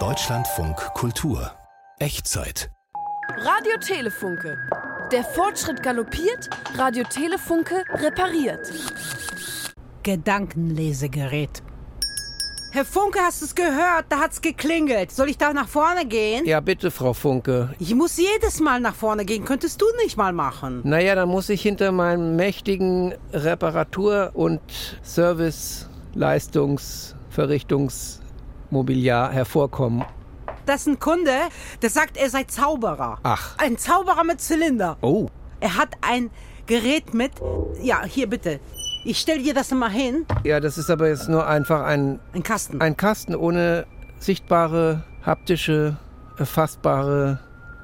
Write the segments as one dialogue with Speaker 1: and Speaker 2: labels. Speaker 1: Deutschlandfunk Kultur. Echtzeit.
Speaker 2: Radio Telefunke. Der Fortschritt galoppiert, Radio Telefunke repariert.
Speaker 3: Gedankenlesegerät. Herr Funke, hast du es gehört? Da hat's geklingelt. Soll ich da nach vorne gehen?
Speaker 4: Ja, bitte, Frau Funke.
Speaker 3: Ich muss jedes Mal nach vorne gehen. Könntest du nicht mal machen?
Speaker 4: Naja, dann muss ich hinter meinem mächtigen Reparatur- und Serviceleistungsverrichtungsmobiliar hervorkommen.
Speaker 3: Das ist ein Kunde, der sagt, er sei Zauberer.
Speaker 4: Ach.
Speaker 3: Ein Zauberer mit Zylinder.
Speaker 4: Oh,
Speaker 3: Er hat ein Gerät mit. Ja, hier bitte. Ich stelle dir das mal hin.
Speaker 4: ja, das ist aber jetzt nur einfach ein,
Speaker 3: Ein Kasten.
Speaker 4: ein Kasten ohne sichtbare, haptische, erfassbare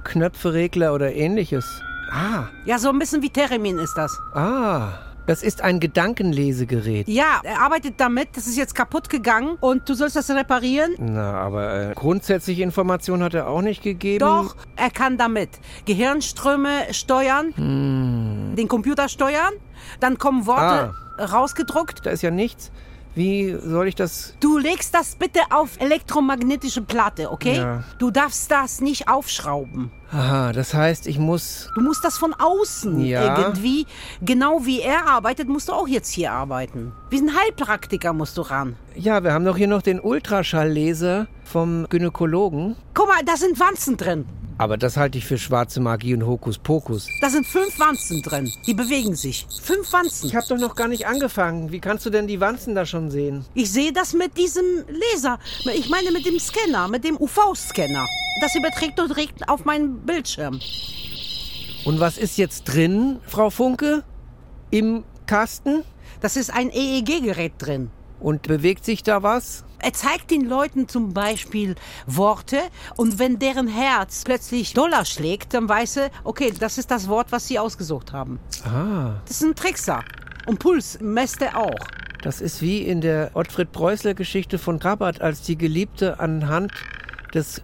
Speaker 4: Knöpfe, Regler oder ähnliches. Ah,
Speaker 3: Ja, so ein bisschen wie Theremin ist das.
Speaker 4: ah. Das ist ein Gedankenlesegerät.
Speaker 3: Ja, er arbeitet damit. Das ist jetzt kaputt gegangen und du sollst das reparieren.
Speaker 4: Na, aber äh, grundsätzliche Informationen hat er auch nicht gegeben.
Speaker 3: Doch, er kann damit Gehirnströme steuern,
Speaker 4: Hm.
Speaker 3: den Computer steuern, dann kommen Worte
Speaker 4: Ah.
Speaker 3: rausgedruckt.
Speaker 4: Da ist ja nichts. Wie soll ich das?
Speaker 3: Du legst das bitte auf elektromagnetische Platte, okay?
Speaker 4: Ja.
Speaker 3: Du darfst das nicht aufschrauben.
Speaker 4: Aha, das heißt, ich muss.
Speaker 3: Du musst das von außen
Speaker 4: Ja.
Speaker 3: irgendwie, genau wie er arbeitet, musst du auch jetzt hier arbeiten. Wie ein Heilpraktiker musst du ran.
Speaker 4: Ja, wir haben doch hier noch den Ultraschallleser vom Gynäkologen.
Speaker 3: Guck mal, da sind Wanzen drin.
Speaker 4: Aber das halte ich für schwarze Magie und Hokuspokus.
Speaker 3: Da sind fünf Wanzen drin. Die bewegen sich. Fünf Wanzen.
Speaker 4: Ich habe doch noch gar nicht angefangen. Wie kannst du denn die Wanzen da schon sehen?
Speaker 3: Ich sehe das mit diesem Laser. Ich meine mit dem Scanner, mit dem UV-Scanner. Das überträgt und regt auf meinen Bildschirm.
Speaker 4: Und was ist jetzt drin, Frau Funke? Im Kasten?
Speaker 3: Das ist ein EEG-Gerät drin.
Speaker 4: Und bewegt sich da was?
Speaker 3: Er zeigt den Leuten zum Beispiel Worte und wenn deren Herz plötzlich Dollar schlägt, dann weiß er, okay, das ist das Wort, was sie ausgesucht haben.
Speaker 4: Ah,
Speaker 3: Das ist ein Trickser. Und Puls messt er auch.
Speaker 4: das ist wie in der Ottfried Preußler Geschichte von Rabat, als die Geliebte anhand des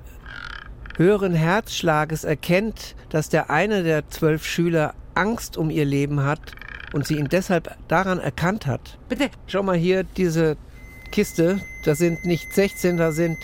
Speaker 4: höheren Herzschlages erkennt, dass der eine der zwölf Schüler Angst um ihr Leben hat und sie ihn deshalb daran erkannt hat.
Speaker 3: Bitte,
Speaker 4: Schau mal hier, diese Kiste, da sind nicht 16, da sind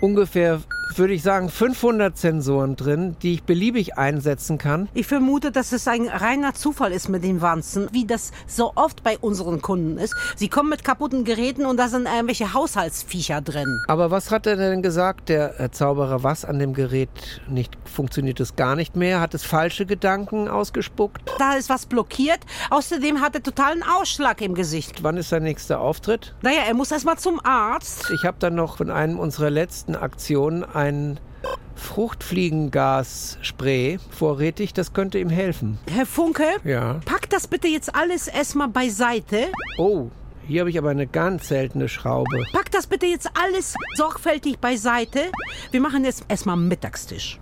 Speaker 4: ungefähr, würde ich sagen, 500 Sensoren drin, die ich beliebig einsetzen kann.
Speaker 3: ich vermute, dass es ein reiner Zufall ist mit den Wanzen, wie das so oft bei unseren Kunden ist. Sie kommen mit kaputten Geräten und da sind irgendwelche Haushaltsviecher drin.
Speaker 4: Aber was hat er denn gesagt, der äh, Zauberer, was an dem Gerät nicht funktioniert es gar nicht mehr? Hat es falsche Gedanken ausgespuckt?
Speaker 3: Da ist was blockiert. Außerdem hat er totalen Ausschlag im Gesicht.
Speaker 4: Wann ist sein nächster Auftritt?
Speaker 3: Naja, er muss erstmal zum Arzt.
Speaker 4: Ich habe dann noch von einem unserer letzten Aktionen ein Fruchtfliegengas-Spray vorrätig, das könnte ihm helfen.
Speaker 3: Herr Funke,
Speaker 4: Ja.
Speaker 3: pack das bitte jetzt alles erstmal beiseite.
Speaker 4: Oh, hier habe ich aber eine ganz seltene Schraube.
Speaker 3: Pack das bitte jetzt alles sorgfältig beiseite. Wir machen jetzt erstmal Mittagstisch.